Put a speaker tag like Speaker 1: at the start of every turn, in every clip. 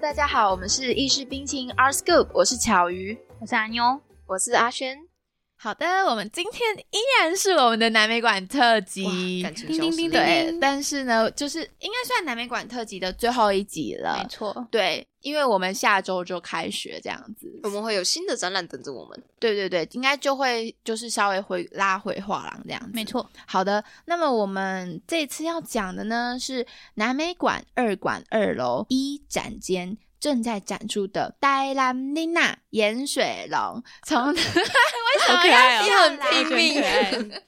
Speaker 1: 大家好，我们是意式冰淇淋 R Scoop，我是巧鱼，
Speaker 2: 我是阿妞，
Speaker 1: 我是阿轩。
Speaker 3: 好的，我们今天依然是我们的南美馆特辑，
Speaker 1: 感情消失了
Speaker 3: 对，但是呢，就是应该算南美馆特辑的最后一集
Speaker 2: 没
Speaker 3: 了，
Speaker 2: 错，
Speaker 3: 对，因为我们下周就开学这样子，
Speaker 1: 呃我们会有新的展览等着我 们。
Speaker 3: 对对对，应该就会就是稍微回拉回画廊这样子，
Speaker 2: 没。错，
Speaker 3: 好的，那么我们这次要讲的呢是南美馆二馆二楼一展间正在展出的黛兰妮娜盐水龙，从 为什么
Speaker 2: 哦
Speaker 3: 要笑啦
Speaker 1: 哦很拼命
Speaker 3: 觉得很可爱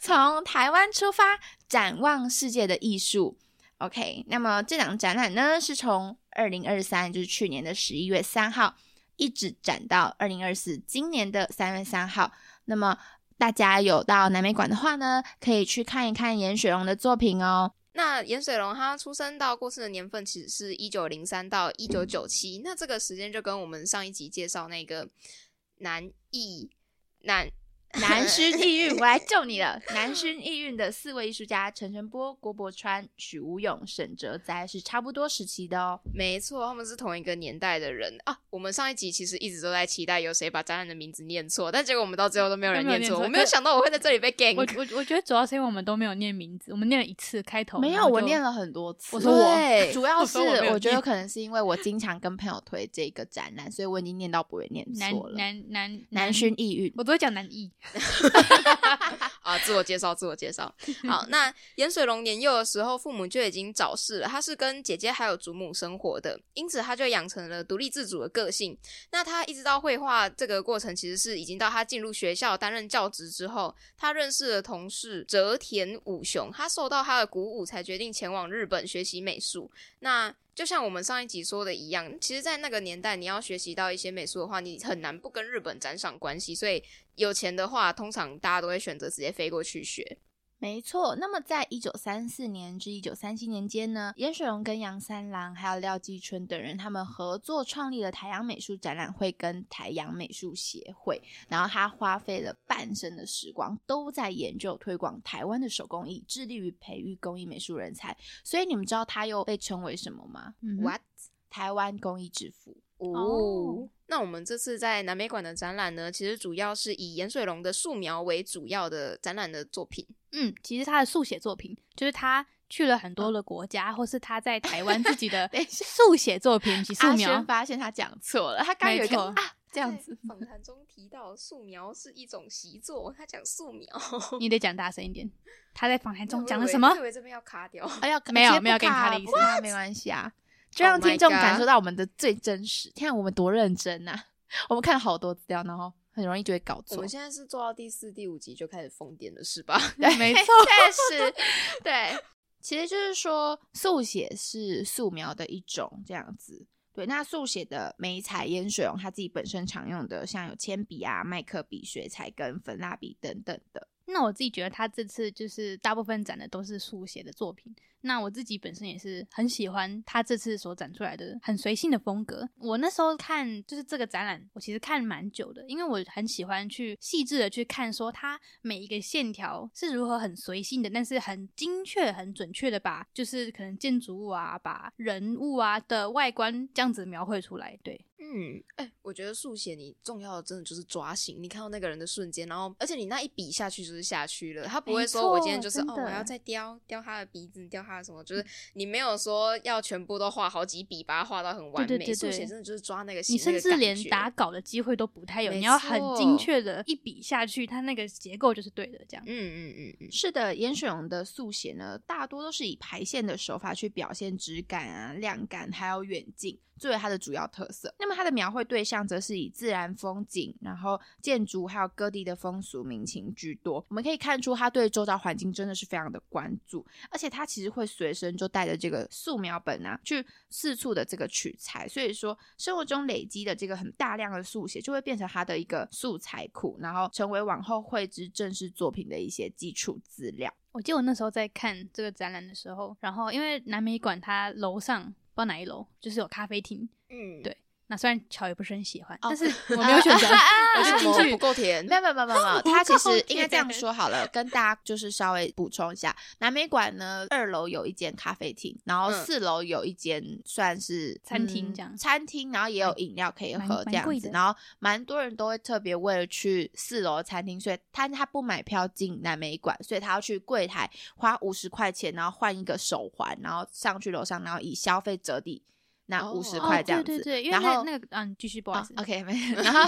Speaker 3: 从台湾出发展望世界的艺术。OK，那么这档展览呢是从二零二三，就是去年的十一月三号，一直展到二零二四今年的三月三号。那么大家有到南美馆的话呢，可以去看一看严雪荣的作品哦。
Speaker 1: 那盐水龙他出生到过世的年份其实是一九零三到一九九七，那这个时间就跟我们上一集介绍那个南艺 南
Speaker 3: 南薰意韵，我来救你了。南薰意韵的四位艺术家陈澄波、郭伯川、许吴勇、沈哲哉是差不多时期的哦。
Speaker 1: 没错，他们是同一个年代的人啊。我们上一集其实一直都在期待有谁把展览的名字念错，但结果我们到最后都没有人
Speaker 2: 都没有
Speaker 1: 念错。
Speaker 2: 念错
Speaker 1: 我没有想到我会在这里被 gank
Speaker 2: 我。我我觉得主要是因为我们都没有念名字，我们念了一次开头，
Speaker 3: 没
Speaker 2: 然
Speaker 3: 有，
Speaker 2: 后
Speaker 3: 我
Speaker 2: 就
Speaker 3: 念了很多次。
Speaker 2: 我说我
Speaker 3: 对主要
Speaker 2: 我
Speaker 3: 是
Speaker 2: 说我没有
Speaker 3: 我觉得
Speaker 2: 念
Speaker 3: 可能是因为我经常跟朋友推这个展览，所以我已经念到不会念
Speaker 2: 南
Speaker 3: 错了。
Speaker 2: 南南
Speaker 3: 南薰意韵，
Speaker 2: 我都会讲南艺，
Speaker 1: 啊，自我介绍，自我介绍。好，那盐水龙年幼的时候，父母就已经早逝了，他是跟姐姐还有祖母生活的，因此他就养成了独立自主的个性。那他一直到绘画这个过程，其实是已经到他进入学校担任教职之后，他认识了同事折田武雄，他受到他的鼓舞，才决定前往日本学习美术。那就像我们上一集说的一样，其实，在那个年代，你要学习到一些美术的话，你很难不跟日本沾上关系。所以，有钱的话，通常大家都会选择直接飞过去学。
Speaker 3: 没错，那么在一九三四年至一九三七年间呢，严水龙跟杨三郎还有廖继春等人，他们合作创立了台阳美术展览会跟台阳美术协会，然后他花费了半生的时光都在研究推广台湾的手工艺，致力于培育工艺美术人才。所以你们知道他又被称为什么吗？
Speaker 2: 嗯
Speaker 1: What？
Speaker 3: 台湾工艺之父。
Speaker 1: 哦，那我们这次在南美馆的展览呢，其实主要是以盐水龙的素描为主要的展览的作品。
Speaker 2: 嗯，其实他的速写作品，就是他去了很多的国家，或是他在台湾自己的
Speaker 3: 等一下
Speaker 2: 速写作品及素
Speaker 3: 阿
Speaker 2: 描
Speaker 3: 轩，发现他讲错了，他刚有一
Speaker 2: 没
Speaker 3: 个
Speaker 2: 错
Speaker 3: 啊这样子。
Speaker 1: 访谈中提到素描是一种习作，他讲素描。
Speaker 2: 你得讲大声一点。他在访谈中讲了什么？
Speaker 1: 以为这边要卡掉。
Speaker 3: 哎呀，
Speaker 2: 没有
Speaker 3: 直接不
Speaker 2: 没有给你
Speaker 3: 卡
Speaker 2: 他的
Speaker 3: 不
Speaker 2: 意思
Speaker 3: 卡没关系啊，就
Speaker 1: Oh
Speaker 3: 让
Speaker 1: my
Speaker 3: 听众
Speaker 1: God
Speaker 3: 感受到我们的最真实。天啊，我们多认真呐、我们看了好多资料，然后很容易就会搞
Speaker 1: 我
Speaker 3: 错
Speaker 1: 们。现在是做到第四、第五集就开始疯癫了，是吧？
Speaker 2: 没错，
Speaker 3: 确实，对，其实就是说速写是素描的一种，这样子。对，那速写的美彩烟水用他自己本身常用的，像有铅笔啊、麦克笔、水彩跟粉蜡笔等等的。
Speaker 2: 那我自己觉得他这次就是大部分展的都是速写的作品。那我自己本身也是很喜欢他这次所展出来的很随性的风格。我那时候看就是这个展览，我其实看蛮久的，因为我很喜欢去细致的去看，说他每一个线条是如何很随性的，但是很精确、很准确的把就是可能建筑物啊、把人物啊的外观这样子描绘出来。对，
Speaker 1: 嗯，哎、我觉得速写你重要的真的就是抓形，你看到那个人的瞬间，然后而且你那一笔下去就是下去了，他不会
Speaker 2: 没
Speaker 1: 说
Speaker 2: 错
Speaker 1: 我今天就是
Speaker 2: 真
Speaker 1: 哦我
Speaker 2: 的
Speaker 1: 要再雕雕他的鼻子，雕他的什么，就是你没有说要全部都画好几笔把它画到很完美。
Speaker 2: 对对对
Speaker 1: 速写
Speaker 2: 对
Speaker 1: 真的就是抓那个形，
Speaker 2: 你甚
Speaker 1: 那个
Speaker 2: 至
Speaker 1: 感
Speaker 2: 连
Speaker 1: 觉
Speaker 2: 打稿的机会都不太有，
Speaker 1: 没
Speaker 2: 你要很
Speaker 1: 错
Speaker 2: 精确的一笔下去，它那个结构就是对的，这样
Speaker 1: 嗯。嗯嗯嗯，
Speaker 3: 是的，烟水龙的速写呢，大多都是以排线的手法去表现质感啊、量感，还有远近作为它的主要特色。那么它的描绘对象则是以自然风景、然后建筑还有各地的风俗民情居多。我们可以看出，他对周遭环境真的是非常的关注，而且他其实会随身就带着这个素描本啊，去四处的这个取材。所以说，生活中累积的这个很大量的速写，就会变成他的一个素材库，然后成为往后绘制正式作品的一些基础资料。
Speaker 2: 我记得我那时候在看这个展览的时候，然后因为南美馆它楼上不知道哪一楼就是有咖啡厅，
Speaker 1: 嗯，
Speaker 2: 对那虽然乔也不是很喜欢，
Speaker 3: 哦
Speaker 2: 但是我没有 选
Speaker 1: 啊
Speaker 2: 择，我就进去
Speaker 1: 不够甜
Speaker 3: 没。有没有没有没有没 有，它其实应该这样
Speaker 2: 甜
Speaker 3: 说好了，跟大家就是稍微补充一下，南美馆呢，二楼有一间咖啡厅，然后
Speaker 1: 嗯
Speaker 3: 四楼有一间算是
Speaker 2: 餐厅这样
Speaker 3: 嗯餐厅，然后也有饮料可以
Speaker 2: 蛮
Speaker 3: 喝这
Speaker 2: 蛮
Speaker 3: 样
Speaker 2: 贵
Speaker 3: 子
Speaker 2: 的，
Speaker 3: 然后蛮多人都会特别为了去四楼的餐厅，所以他他不买票进南美馆，所以他要去柜台花五十块钱，然后换一个手环，然后上去楼上，然后以消费折抵。那
Speaker 1: 哦
Speaker 3: 五十
Speaker 1: 哦
Speaker 3: 块这样
Speaker 2: 对
Speaker 3: 子，
Speaker 2: 对对，因为
Speaker 3: 然
Speaker 2: 那
Speaker 3: 后
Speaker 2: 那个嗯，继续不好意
Speaker 3: 啊
Speaker 2: 思
Speaker 3: o k 没事。 然后，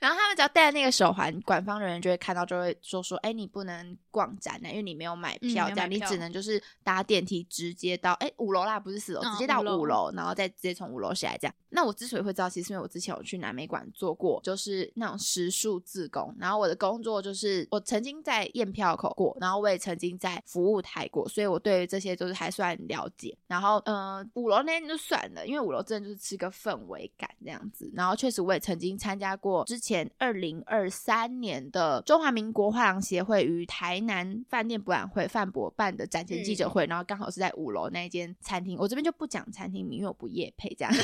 Speaker 3: 然后他们只要戴那个手环，馆方人员就会看到，就会说说，哎、你不能逛展啊览，因为你没有买
Speaker 2: 嗯
Speaker 3: 票，
Speaker 2: 没有
Speaker 3: 这样
Speaker 2: 买
Speaker 3: 你
Speaker 2: 票
Speaker 3: 只能就是搭电梯直接到，哎、五楼啦，不是四楼，
Speaker 2: 嗯
Speaker 3: 直接到
Speaker 2: 五楼
Speaker 3: 五楼，然后再直接从五楼下来这样。那我之所以会知道，其实是因为我之前有去南美馆做过，就是那种实数自工，然后我的工作就是我曾经在验票口过，然后我也曾经在服务台过，所以我对于这些就是还算了解。然后，嗯、五楼那天就算了，因为五楼真的就是吃个氛围感这样子。然后确实我也曾经参加过之前二零二三年的中华民国画廊协会与台南饭店博览会范博办的展前记者会，然后刚好是在五楼那一间餐厅，我这边就不讲餐厅名，因为我不夜配这样。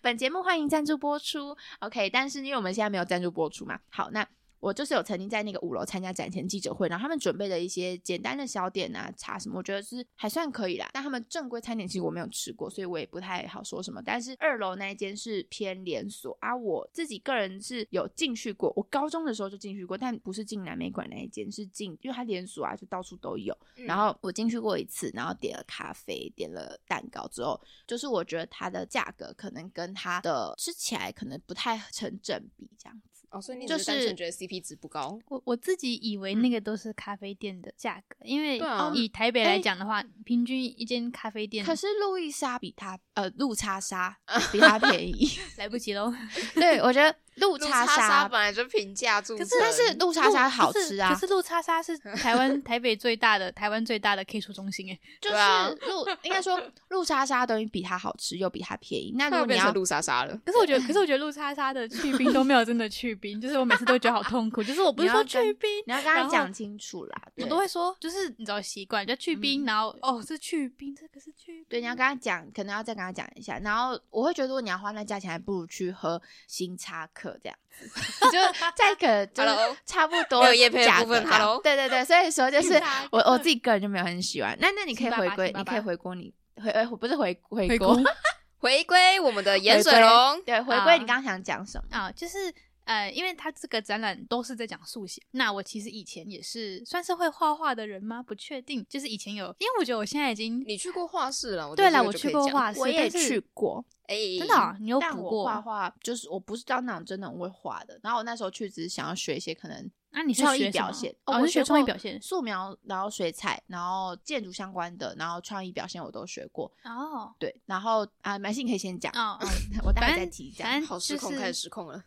Speaker 3: 本节目欢迎赞助播出，OK，但是因为我们现在没有赞助播出嘛，好，那我就是有曾经在那个五楼参加展前记者会，然后他们准备的一些简单的小点啊、茶什么，我觉得是还算可以啦。但他们正规餐点其实我没有吃过，所以我也不太好说什么。但是二楼那一间是偏连锁啊，我自己个人是有进去过，我高中的时候就进去过，但不是进南美馆那一间，是进因为它连锁啊，就到处都有。
Speaker 1: 嗯
Speaker 3: 然后我进去过一次，然后点了咖啡，点了蛋糕之后，就是我觉得它的价格可能跟它的吃起来可能不太成正比，这样子。
Speaker 1: 哦，所以你
Speaker 3: 就
Speaker 1: 只是单纯
Speaker 3: 是
Speaker 1: 觉得 CP 值不高。
Speaker 2: 我我自己以为那个都是咖啡店的价格，因
Speaker 1: 嗯
Speaker 2: 为
Speaker 1: 对啊
Speaker 2: 以台北
Speaker 3: 哎
Speaker 2: 来讲的话，平均一间咖啡店
Speaker 3: 可是路易莎比它呃路叉莎比它便宜，
Speaker 2: 来不 及喽。
Speaker 3: 对我觉得路
Speaker 1: 路
Speaker 3: 叉
Speaker 1: 叉沙
Speaker 3: 莎，
Speaker 1: 本来就平价著称，
Speaker 3: 可是但是路叉莎好
Speaker 2: 不是
Speaker 3: 吃啊
Speaker 2: 可，是路叉叉是 台湾台北最大的台湾最大的 K 出中心哎，
Speaker 3: 就是
Speaker 1: 对啊
Speaker 3: 路应该说路叉莎等于比它好吃又比它便 宜。那如
Speaker 1: 它
Speaker 3: 果
Speaker 1: 又
Speaker 3: 你
Speaker 1: 变
Speaker 3: 要
Speaker 1: 成路莎莎了。
Speaker 2: 可是我觉得，可是我觉得路叉叉的去冰都没有真的去冰，就是我每次都觉得好痛苦，就是我不
Speaker 3: 你
Speaker 2: 是
Speaker 3: 要
Speaker 2: 说
Speaker 3: 跟
Speaker 2: 去冰，
Speaker 3: 你要跟他
Speaker 2: 然后
Speaker 3: 讲清楚啦，
Speaker 2: 我
Speaker 3: 对
Speaker 2: 都会说，就是你知道习惯就去冰，然后哦是去冰，这个是去
Speaker 3: 嗯对，你要跟他讲，可能要再跟他讲一下。然后我会觉得，如果你要花那价钱，还不如去喝星叉克这样子，就 在可能就是
Speaker 1: Hello
Speaker 3: 差不多
Speaker 1: 没有业配的
Speaker 3: 价
Speaker 1: 部
Speaker 3: 格
Speaker 1: 分
Speaker 3: 这样
Speaker 1: Hello 嗯
Speaker 3: 对对对，所以说就
Speaker 2: 星
Speaker 3: 是
Speaker 2: 巴
Speaker 3: 我我
Speaker 2: 克
Speaker 3: 自己个人就没有很喜欢。那那你可以
Speaker 2: 星巴
Speaker 3: 回
Speaker 2: 巴
Speaker 3: 归，
Speaker 2: 星巴
Speaker 3: 你可以
Speaker 2: 巴
Speaker 3: 回国，你回呃不是回回
Speaker 2: 回
Speaker 3: 国
Speaker 2: 国
Speaker 1: 回归我们的
Speaker 3: 回
Speaker 1: 盐水
Speaker 3: 归
Speaker 1: 龙，
Speaker 3: 对回归。你刚
Speaker 2: 啊
Speaker 3: 刚想讲什么？
Speaker 2: 啊，就是呃，因为他这个展览都是在讲速写。那我其实以前也是算是会画画的人吗？不确定，就是以前有，因为我觉得我现在已经
Speaker 1: 你去过画室了？我觉
Speaker 2: 对
Speaker 1: 得
Speaker 2: 了，
Speaker 1: 这个
Speaker 2: 我
Speaker 1: 就
Speaker 2: 去
Speaker 1: 可以
Speaker 2: 过
Speaker 1: 讲，
Speaker 2: 画室，
Speaker 3: 我也
Speaker 2: 但是
Speaker 3: 去过，
Speaker 1: 哎，
Speaker 2: 真的啊、你有
Speaker 3: 但
Speaker 2: 补
Speaker 3: 我画
Speaker 2: 过？
Speaker 3: 画就是我不是到那种真的很会画的。然后我那时候去只是想要学一些可能
Speaker 2: 那你是
Speaker 3: 创
Speaker 2: 学
Speaker 3: 意
Speaker 2: 什
Speaker 3: 表
Speaker 2: 么
Speaker 3: 现，
Speaker 2: 哦
Speaker 3: 我
Speaker 2: 你是学
Speaker 3: 学
Speaker 2: 创意
Speaker 3: 过
Speaker 2: 表现
Speaker 3: 素描，然后水彩，然后建筑相关的，然后创意表现我都学过。
Speaker 2: 哦
Speaker 3: 对，然后啊，蛮信可以先讲，
Speaker 2: 哦，哦
Speaker 3: 我待会
Speaker 2: 反
Speaker 3: 再
Speaker 2: 正
Speaker 3: 提这
Speaker 2: 反
Speaker 3: 样。
Speaker 2: 正
Speaker 1: 好
Speaker 2: 就
Speaker 1: 失控，
Speaker 2: 是
Speaker 1: 开始失控了。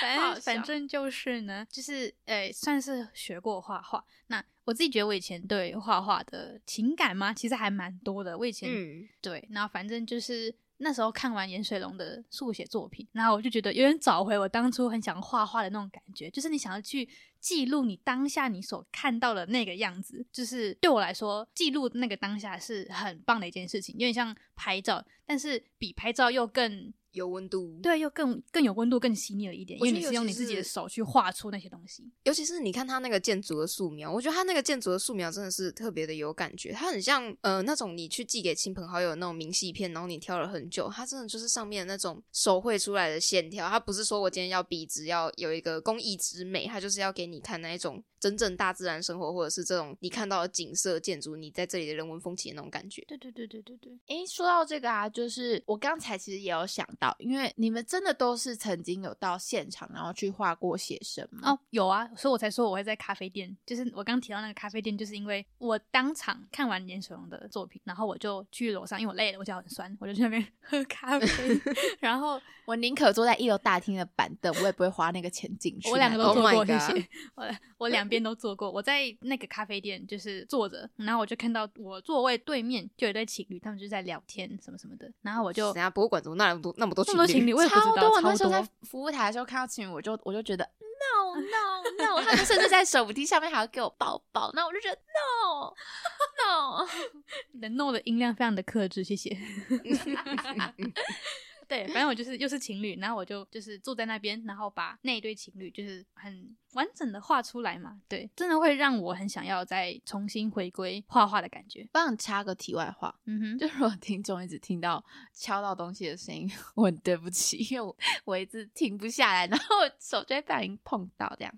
Speaker 2: 反
Speaker 3: 好
Speaker 2: 正
Speaker 3: 笑
Speaker 2: 反正就是呢，就是呃，算是学过画画。那我自己觉得我以前对画画的情感嘛，其实还蛮多的。我以前、
Speaker 1: 嗯，
Speaker 2: 对，然后反正就是那时候看完岩水龙的速写作品，然后我就觉得有点找回我当初很想画画的那种感觉，就是你想要去记录你当下你所看到的那个样子，就是对我来说，记录那个当下是很棒的一件事情，有点像拍照，但是比拍照又更
Speaker 1: 有温度。，
Speaker 2: 对，又更更有温度、更细腻了一点，因
Speaker 1: 我
Speaker 2: 为
Speaker 1: 觉
Speaker 2: 你
Speaker 1: 得
Speaker 2: 是
Speaker 1: 尤
Speaker 2: 用
Speaker 1: 其
Speaker 2: 你自己的
Speaker 1: 是
Speaker 2: 手去画出那些东西。
Speaker 1: 尤其是你看他那个建筑的素描，我觉得他那个建筑的素描真的是特别的有感觉，它很像呃那种你去寄给亲朋好友的那种明信片，然后你挑了很久，它真的就是上面的那种手绘出来的线条，它不是说我今天要笔直要有一个工艺之美，它就是要给你看那一种真正大自然生活，或者是这种你看到的景色、建筑，你在这里的人文风情的那种感觉。
Speaker 2: 对对对对对对，
Speaker 3: 诶，说到这个啊，就是我刚才其实也有想到，因为你们真的都是曾经有到现场，然后去画过写生吗？
Speaker 2: 哦，有啊，所以我才说我会在咖啡店，就是我刚提到那个咖啡店，就是因为我当场看完严水龙的作品，然后我就去楼上，因为我累了，我脚很酸，我就去那边 喝咖啡，然后
Speaker 3: 我宁可坐在一楼大厅的板凳，我也不会花那个钱进去。
Speaker 2: 我两个都
Speaker 1: Oh
Speaker 2: 做
Speaker 1: my
Speaker 2: 过，谢
Speaker 1: god
Speaker 2: 谢。我我两边都做过。我在那个咖啡店就是坐着，然后我就看到我座位对面就有一对情侣，他们就在聊天什么什么的，然后我就
Speaker 1: 等下博物馆怎么那么多那么多
Speaker 2: 这么多情
Speaker 1: 侣？
Speaker 2: 侣，我也不知
Speaker 3: 超
Speaker 2: 道，
Speaker 3: 多！我
Speaker 2: 超
Speaker 3: 那时候在
Speaker 2: 多
Speaker 3: 服务台的时候看到情侣，我就我就觉得 no no no，他们甚至在手扶梯下面还要给我抱抱，那我就觉得 no no，哦，
Speaker 2: 能弄的音量非常的克制，谢 谢。对，反正我就是又是情侣，然后我就就是坐在那边，然后把那一对情侣就是很完整的画出来嘛。对，真的会让我很想要再重新回归画画的感 觉。
Speaker 3: 帮你插个题外话，
Speaker 2: 嗯哼，
Speaker 3: 就如果听众一直听到敲到东西的声音，我很对不起，因为我我一直停不下来，然后我手就会不小心碰到这样。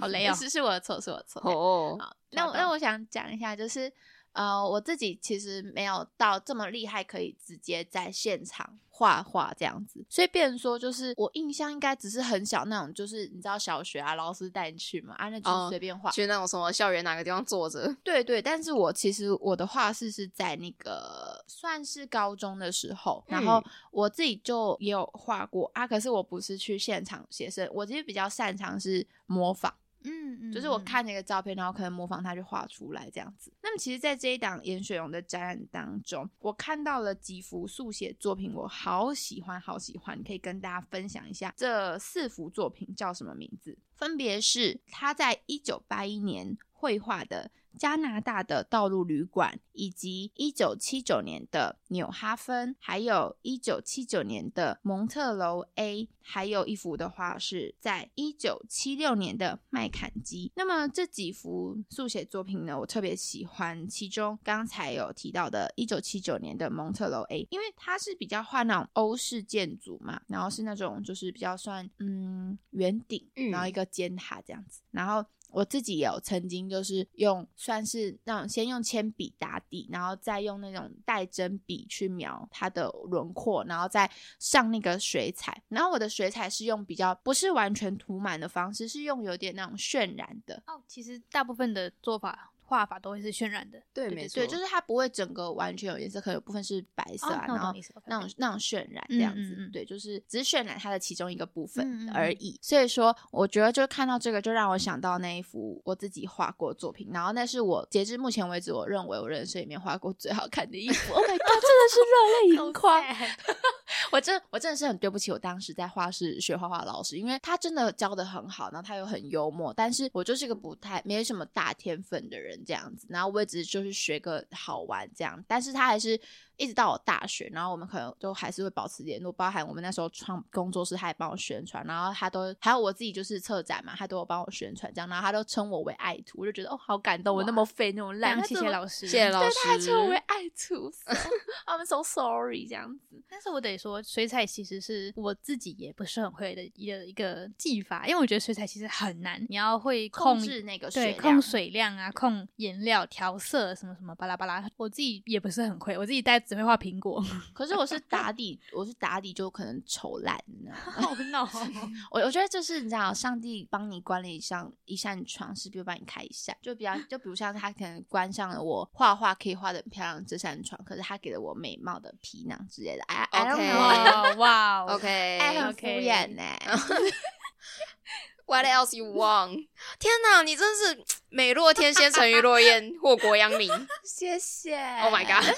Speaker 2: 好累哦。
Speaker 3: 是是我的错，是我的错。
Speaker 1: 哦，
Speaker 3: 好，那我
Speaker 2: 抓到
Speaker 3: 那我想讲一下，就是呃，我自己其实没有到这么厉害，可以直接在现场画画这样子，所以变成说就是我印象应该只是很小那种，就是你知道小学啊，老师带你去嘛，啊，那就是
Speaker 1: 哦
Speaker 3: 随便画。
Speaker 1: 去那种什么校园哪个地方坐着，
Speaker 3: 对对，但是我其实我的画室是在那个算是高中的时候，然后我自己就也有画过啊，可是我不是去现场写生，我其实比较擅长是模仿。
Speaker 2: 嗯嗯
Speaker 3: 就是我看了一个照片，然后可能模仿它去画出来这样子。那么其实，在这一档严雪荣的展览当中，我看到了几幅速写作品，我好喜欢，好喜欢，可以跟大家分享一下这四幅作品叫什么名字？分别是他在一九八一年绘画的加拿大的道路旅馆，以及一九七九年的纽哈芬，还有一九七九年的蒙特楼 A，还有一幅的话是在一九七六年的麦坎基。那么这几幅速写作品呢，我特别喜欢，其中刚才有提到的一九七九年的蒙特楼 A，因为它是比较画那种欧式建筑嘛，然后是那种就是比较算嗯圆顶，
Speaker 1: 嗯
Speaker 3: 然后一个尖塔这样子，然后我自己也有曾经就是用算是那种先用铅笔打底，然后再用那种带针笔去描它的轮廓，然后再上那个水彩。然后我的水彩是用比较不是完全涂满的方式，是用有点那种渲染的。
Speaker 2: 哦，其实大部分的做法画法都会是渲染的。
Speaker 1: 对
Speaker 3: 对
Speaker 1: 没错，
Speaker 3: 对，
Speaker 1: 哦
Speaker 3: 就是它不会整个完全有颜色，可能有部分是白色啊，
Speaker 2: 哦那我
Speaker 3: 然后
Speaker 2: 懂意思，OK，OK
Speaker 3: 那种那种渲染这样子，
Speaker 2: 嗯嗯嗯
Speaker 3: 对，就是只是渲染它的其中一个部
Speaker 2: 嗯嗯
Speaker 3: 分
Speaker 2: 嗯
Speaker 3: 而已。所以说，我觉得就看到这个，就让我想到那一幅我自己画过的作品，然后那是我截至目前为止，我认为我人生里面画过最好看的一
Speaker 2: 哦
Speaker 3: 幅。Oh my god，真的是热泪盈眶！ 我真我真的是很对不起我当时在画室学画画的老师，因为他真的教的很好，然后他又很幽默，但是我就是一个不太没什么大天分的人这样子，然后我也只是就是学个好玩这样，但是他还是一直到我大学，然后我们可能都还是会保持联络，包含我们那时候创工作室，他也帮我宣传，然后他都还有我自己就是策展嘛，他都有帮我宣传这样，然后他都称我为爱徒，我就觉得哦好感动，我那么废那种
Speaker 2: 非
Speaker 3: 烂，
Speaker 2: 常谢谢老
Speaker 3: 师，
Speaker 2: 师，
Speaker 1: 谢谢老
Speaker 3: 对
Speaker 1: 师，，
Speaker 3: 他还称我为爱徒 ，I'm so sorry 这样子。
Speaker 2: 但是我得说，水彩其实是我自己也不是很会的一个一个技法，因为我觉得水彩其实很难，你要会控
Speaker 3: 控制那个
Speaker 2: 对
Speaker 3: 水量
Speaker 2: 控水量啊，控颜料、调色什么什么巴拉巴拉，我自己也不是很会，我自己大概只会画苹果，
Speaker 3: 可是我是打底，我是打底就可能丑烂了。
Speaker 2: 好 恼。
Speaker 3: 我我觉得就是你知道，上帝帮你关了一扇一扇窗，是不是帮你开一扇？就比较就比如像他可能关上了我画画可以画的很漂亮这扇窗，可是他给了我美貌的皮囊之类的。I I don't
Speaker 1: OK
Speaker 3: know，
Speaker 2: 哇哇哦
Speaker 1: OK，
Speaker 3: 哎、很敷
Speaker 2: OK
Speaker 3: 衍呢、
Speaker 1: What else you want？天 哪，你真是美若天仙，沉鱼落雁，祸国殃 民。
Speaker 3: 谢谢。
Speaker 1: Oh my god！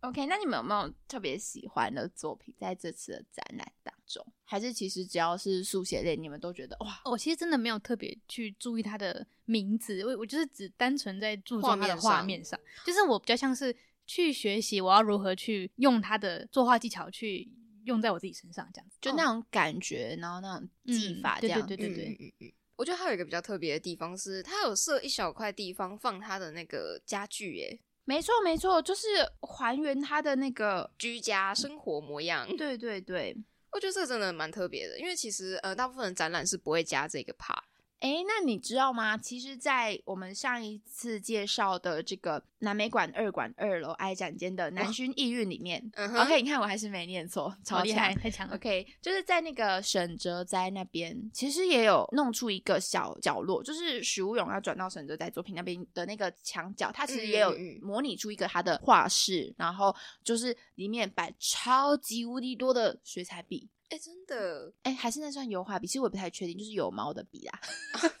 Speaker 3: OK，那你们有没有特别喜欢的作品在这次的展览当中？还是其实只要是速写类，你们都觉得哇，
Speaker 2: 我其实真的没有特别去注意它的名字，我我就是只单纯在注重它
Speaker 1: 画
Speaker 2: 的
Speaker 1: 面上
Speaker 2: 画面上，就是我比较像是去学习我要如何去用它的作画技巧去用在我自己身上，这样子哦
Speaker 3: 就那种感觉，然后那种技
Speaker 2: 嗯
Speaker 3: 法这
Speaker 2: 对
Speaker 3: 样。
Speaker 2: 对对对对，
Speaker 1: 嗯嗯嗯我觉得还有一个比较特别的地方是，它有设一小块地方放它的那个家具，耶，
Speaker 3: 没错没错，就是还原他的那个，
Speaker 1: 居家生活模样。
Speaker 3: 对对对。
Speaker 1: 我觉得这个真的蛮特别的，因为其实呃，大部分的展览是不会加这个 part。
Speaker 3: 诶，那你知道吗？其实，在我们上一次介绍的这个南美馆二馆二楼 I 展间的南薰意韵里面、
Speaker 1: 嗯
Speaker 3: o
Speaker 1: 哼
Speaker 3: k 你看我还是没念错，
Speaker 2: 超厉害，
Speaker 3: 强。
Speaker 2: 太强了。
Speaker 3: OK，就是在那个沈哲斋那边，其实也有弄出一个小角落，就是许吴勇要转到沈哲斋作品那边的那个墙角，他其实也有
Speaker 1: 嗯嗯嗯
Speaker 3: 模拟出一个他的画室，然后就是里面摆超级无敌多的水彩笔，
Speaker 1: 哎、真的，
Speaker 3: 哎，还是那算油画笔，其实我也不太确定，就是有毛的笔啦。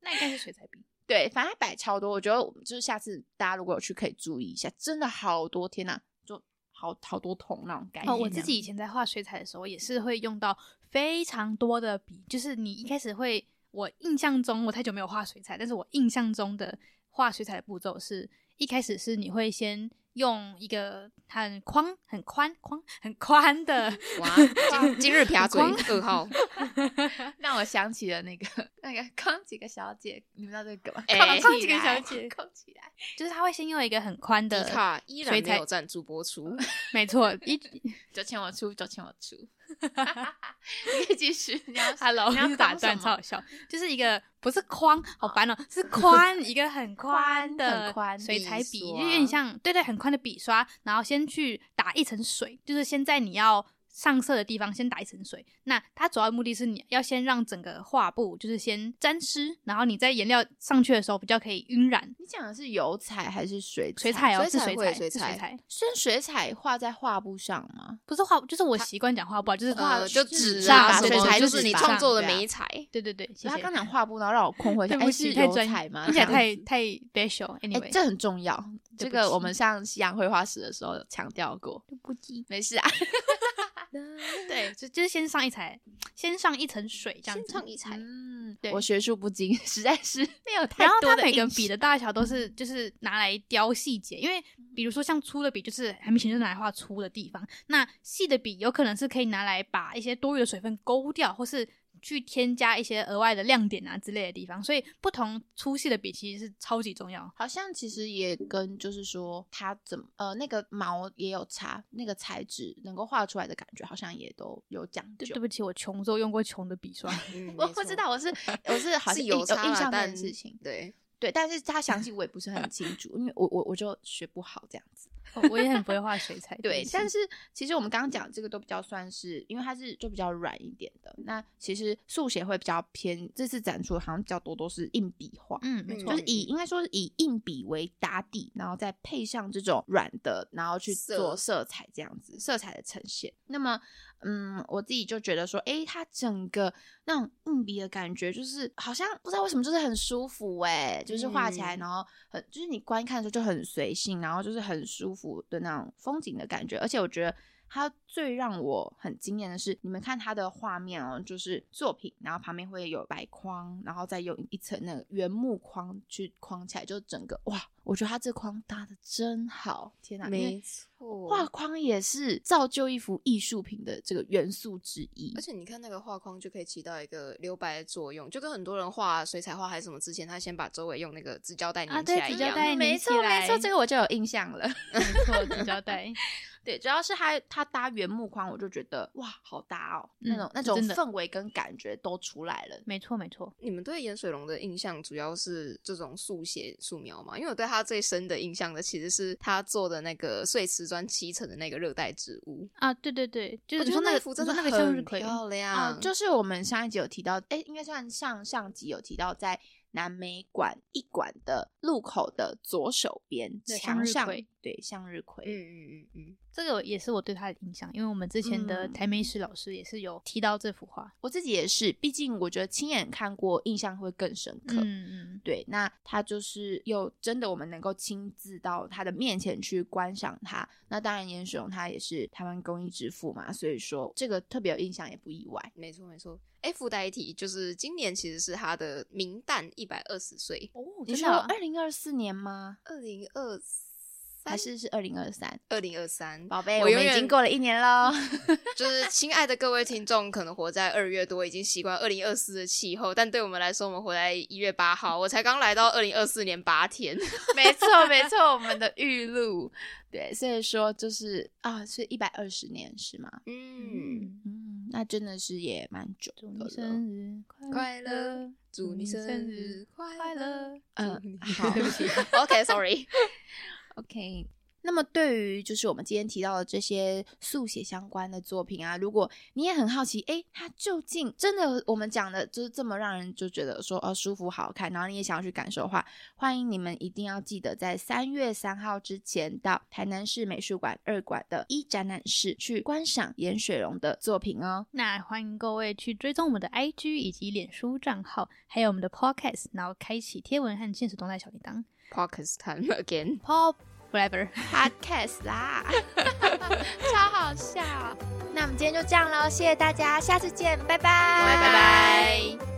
Speaker 2: 那应该是水彩笔。
Speaker 3: 对，反正它摆超多，我觉得我们就是下次大家如果有去可以注意一下，真的好多，天呐，就好好多桶那种概念。
Speaker 2: 哦，我自己以前在画水彩的时候，也是会用到非常多的笔，就是你一开始会，我印象中我太久没有画水彩，但是我印象中的画水彩的步骤是，一开始是你会先用一个很宽、很宽、宽、很宽的
Speaker 1: 哇，今 今日撇嘴二号，
Speaker 3: 让我想起了那个 那个康几个小姐，你们知道这个梗吗？
Speaker 1: 哎
Speaker 3: 康
Speaker 2: 康
Speaker 3: 几
Speaker 2: 几
Speaker 3: 个
Speaker 2: 个
Speaker 3: 小
Speaker 2: 小
Speaker 3: 姐，
Speaker 2: 姐
Speaker 3: 康起来，
Speaker 2: 就是他会先用一个很宽
Speaker 1: 迪
Speaker 2: 的，
Speaker 1: 卡依然
Speaker 2: 水
Speaker 1: 没
Speaker 2: 彩
Speaker 1: 有赞助播出。
Speaker 2: 没错，一
Speaker 3: 就请我出，就请我 出。你可以继续，你要
Speaker 2: Hello，
Speaker 3: 你要
Speaker 2: 打
Speaker 3: 讲
Speaker 2: 断
Speaker 3: 什
Speaker 2: 超
Speaker 3: 么
Speaker 2: 好笑，就是一个不是框，好烦哦，是 宽，一个很宽
Speaker 3: 宽很
Speaker 2: 的
Speaker 3: 宽
Speaker 2: 水
Speaker 1: 笔
Speaker 2: 彩笔，就
Speaker 1: 刷
Speaker 2: 有点像对对，很宽的笔刷，然后先去打一层水，就是先在你要上色的地方先打一层水。那它主要的目的是你要先让整个画布就是先沾湿，然后你在颜料上去的时候比较可以晕染。
Speaker 3: 你讲的是油彩还是水
Speaker 2: 水彩哦，是
Speaker 3: 水
Speaker 2: 彩，
Speaker 3: 水
Speaker 2: 是水
Speaker 3: 彩。
Speaker 2: 彩，
Speaker 3: 虽然水彩画在画布上吗？
Speaker 2: 不是画，就是我习惯讲画布啊，就是画
Speaker 1: 呃，就
Speaker 3: 纸
Speaker 1: 纸啊
Speaker 3: 上
Speaker 1: 什
Speaker 3: 水
Speaker 1: 么，
Speaker 3: 彩
Speaker 1: 就
Speaker 3: 纸
Speaker 1: 是你
Speaker 3: 吧
Speaker 1: 创作的
Speaker 3: 对啊
Speaker 1: 美彩。
Speaker 2: 对对对，谢
Speaker 3: 他
Speaker 2: 谢。
Speaker 3: 刚讲画布，然后让我困惑一下，
Speaker 2: 对
Speaker 3: 哎，
Speaker 2: 不
Speaker 3: 是
Speaker 2: 起，太
Speaker 3: 油
Speaker 2: 专
Speaker 3: 彩吗？
Speaker 2: 而且
Speaker 3: 这样
Speaker 2: 太
Speaker 3: 子
Speaker 2: 太 special。
Speaker 3: 哎、
Speaker 2: Anyway，
Speaker 3: 这很重要，这
Speaker 2: 对不
Speaker 3: 个我
Speaker 2: 起
Speaker 3: 们上西洋绘画史的时候有强调过。
Speaker 2: 不羁。
Speaker 3: 没事啊，
Speaker 2: 对，就就是先上一层，先上一层水这样子。
Speaker 1: 一彩
Speaker 3: 嗯，
Speaker 2: 对
Speaker 3: 我学术不精，实在是没有太
Speaker 2: 然后
Speaker 3: 多
Speaker 2: 它
Speaker 3: 的
Speaker 2: 每个
Speaker 3: 硬
Speaker 2: 笔
Speaker 3: 实
Speaker 2: 的大小都是就是拿来雕细节，因为比如说像粗的笔就是很明显就拿来画粗的地方，那细的笔有可能是可以拿来把一些多余的水分勾掉，或是去添加一些额外的亮点啊之类的地方。所以不同粗细的笔其实是超级重要。
Speaker 3: 好像其实也跟就是说它怎么呃那个毛也有差，那个材质能够画出来的感觉好像也都有讲
Speaker 2: 对，
Speaker 3: 究
Speaker 2: 对。不起，我穷的时候用过穷的笔刷。
Speaker 1: 嗯
Speaker 3: 我
Speaker 1: 没
Speaker 3: 不知
Speaker 1: 错
Speaker 3: 道，我是我 是好像
Speaker 1: 是
Speaker 3: 印有
Speaker 1: 有差
Speaker 3: 印
Speaker 1: 啦
Speaker 3: 象那
Speaker 1: 但
Speaker 3: 件事 情，
Speaker 1: 对，
Speaker 3: 对，但是它详细我也不是很清楚，因为我我我就学不好这样 子。
Speaker 2: 哦 我也很不会画水彩，
Speaker 3: 对，
Speaker 2: 不起
Speaker 3: 但是其实我们刚刚讲这个都比较算是，因为它是就比较软一点的。那其实速写会比较偏，这次展出好像比较多都是硬笔画，
Speaker 2: 嗯，没错
Speaker 3: 就，是以应该说是以硬笔为打底，然后再配上这种软的，然后去
Speaker 1: 色
Speaker 3: 做色彩这样子，色彩的呈现。那么，嗯，我自己就觉得说，诶，它整个那种硬笔的感觉，就是好像不知道为什么，就是很舒服诶，就是画起来，
Speaker 1: 嗯
Speaker 3: 然后很就是你观看的时候就很随性，然后就是很舒服的那种风景的感觉。而且我觉得它最让我很惊艳的是，你们看它的画面哦，就是作品，然后旁边会有白框，然后再用一层那个原木框去框起来，就整个哇，我觉得它这框搭的真好，天哪！因为
Speaker 1: 错
Speaker 3: 画框也是造就一幅艺术品的这个元素之一
Speaker 1: 而。且你看那个画框就可以起到一个留白的作用，就跟很多人画水彩画还是什么之前，他先把周围用那个纸胶带
Speaker 2: 啊
Speaker 1: 粘起来
Speaker 2: 对
Speaker 1: 一
Speaker 2: 纸胶
Speaker 1: 样。
Speaker 2: 带
Speaker 3: 没
Speaker 2: 粘起
Speaker 3: 错没错，
Speaker 2: 来
Speaker 3: 这个我就有印象了。
Speaker 2: 没错， 纸胶带。
Speaker 3: 对，主要是它它搭原木框，我就觉得哇，好搭哦，那
Speaker 2: 嗯
Speaker 3: 种那
Speaker 2: 是
Speaker 3: 种
Speaker 2: 真的
Speaker 3: 氛围跟感觉都出来了。
Speaker 2: 没错，没错。
Speaker 1: 你们对盐水龙的印象主要是这种速写素描吗？因为我对他最深的印象的其实是他做的那个碎瓷砖七层的那个热带植物，
Speaker 2: 啊，对对对，就
Speaker 1: 我
Speaker 2: 是你
Speaker 1: 觉
Speaker 2: 说
Speaker 1: 得
Speaker 2: 那个
Speaker 1: 幅
Speaker 2: 你
Speaker 1: 真的
Speaker 2: 说那个向日
Speaker 1: 很
Speaker 2: 葵，
Speaker 1: 漂亮，嗯
Speaker 3: 啊、就是我们上一集有提到，哎，应该算上上集有提到，在南美馆一馆的路口的左手边
Speaker 2: 对
Speaker 3: 墙
Speaker 2: 向日
Speaker 3: 上
Speaker 2: 葵，
Speaker 3: 对向日葵，
Speaker 1: 嗯嗯嗯嗯，
Speaker 2: 这个也是我对他的影响，因为我们之前的
Speaker 3: 嗯
Speaker 2: 台美史老师也是有提到这幅画。
Speaker 3: 我自己也是，毕竟我觉得亲眼看过，印象会更深刻。
Speaker 2: 嗯嗯，
Speaker 3: 对，那它就是又真的我们能够亲自到他的面前去观赏它。那当然，严水龙他也是台湾工艺之父嘛，所以说这个特别有印象也不意外。
Speaker 1: 没错没错。哎，附带一提，就是今年其实是他的明旦一百二十岁，
Speaker 2: 哦，
Speaker 3: 你说哎二零二四年吗？
Speaker 1: 二零二
Speaker 3: 还
Speaker 1: 三
Speaker 3: 是是二零二三？
Speaker 1: 二零二三，
Speaker 3: 宝贝，
Speaker 1: 我
Speaker 3: 我
Speaker 1: 永
Speaker 3: 们已
Speaker 1: 远
Speaker 3: 经过了一年喽。
Speaker 1: 就是亲爱的各位听众，可能活在二月多，已经习惯二零二四的气候，但对我们来说，我们活在一月八号，我才刚来到二零二四年八天。
Speaker 3: 没错，没错，我们的玉露，对，所以说就是啊，是一百二十年是吗？
Speaker 1: 嗯，，
Speaker 3: 嗯，那真的是也蛮久
Speaker 2: 祝
Speaker 3: 的
Speaker 2: 你
Speaker 3: 了。
Speaker 2: 生日
Speaker 1: 快
Speaker 2: 快
Speaker 1: 乐
Speaker 2: 乐，
Speaker 1: 祝你生日快
Speaker 2: 快
Speaker 1: 乐。呃
Speaker 2: 乐。
Speaker 3: 嗯
Speaker 1: 祝你
Speaker 3: 好
Speaker 1: 对不起 OK，Sorry，
Speaker 3: OK，那么对于就是我们今天提到的这些速写相关的作品啊，如果你也很好奇，诶，它究竟真的我们讲的就是这么让人就觉得说呃舒服好看，然后你也想要去感受的话，欢迎你们一定要记得在三月三号之前到台南市美术馆二馆的一展览室去观赏盐水龙的作品哦。
Speaker 2: 那欢迎各位去追踪我们的 IG 以及脸书账号，还有我们的 Podcast，然后开启贴文和现实动态小铃铛。
Speaker 1: Pockets time again。
Speaker 2: Pop whatever，
Speaker 3: Podcast 啦， 超好笑。那我们今天就这样喽，谢谢大家，下次见，拜拜，
Speaker 1: 拜拜。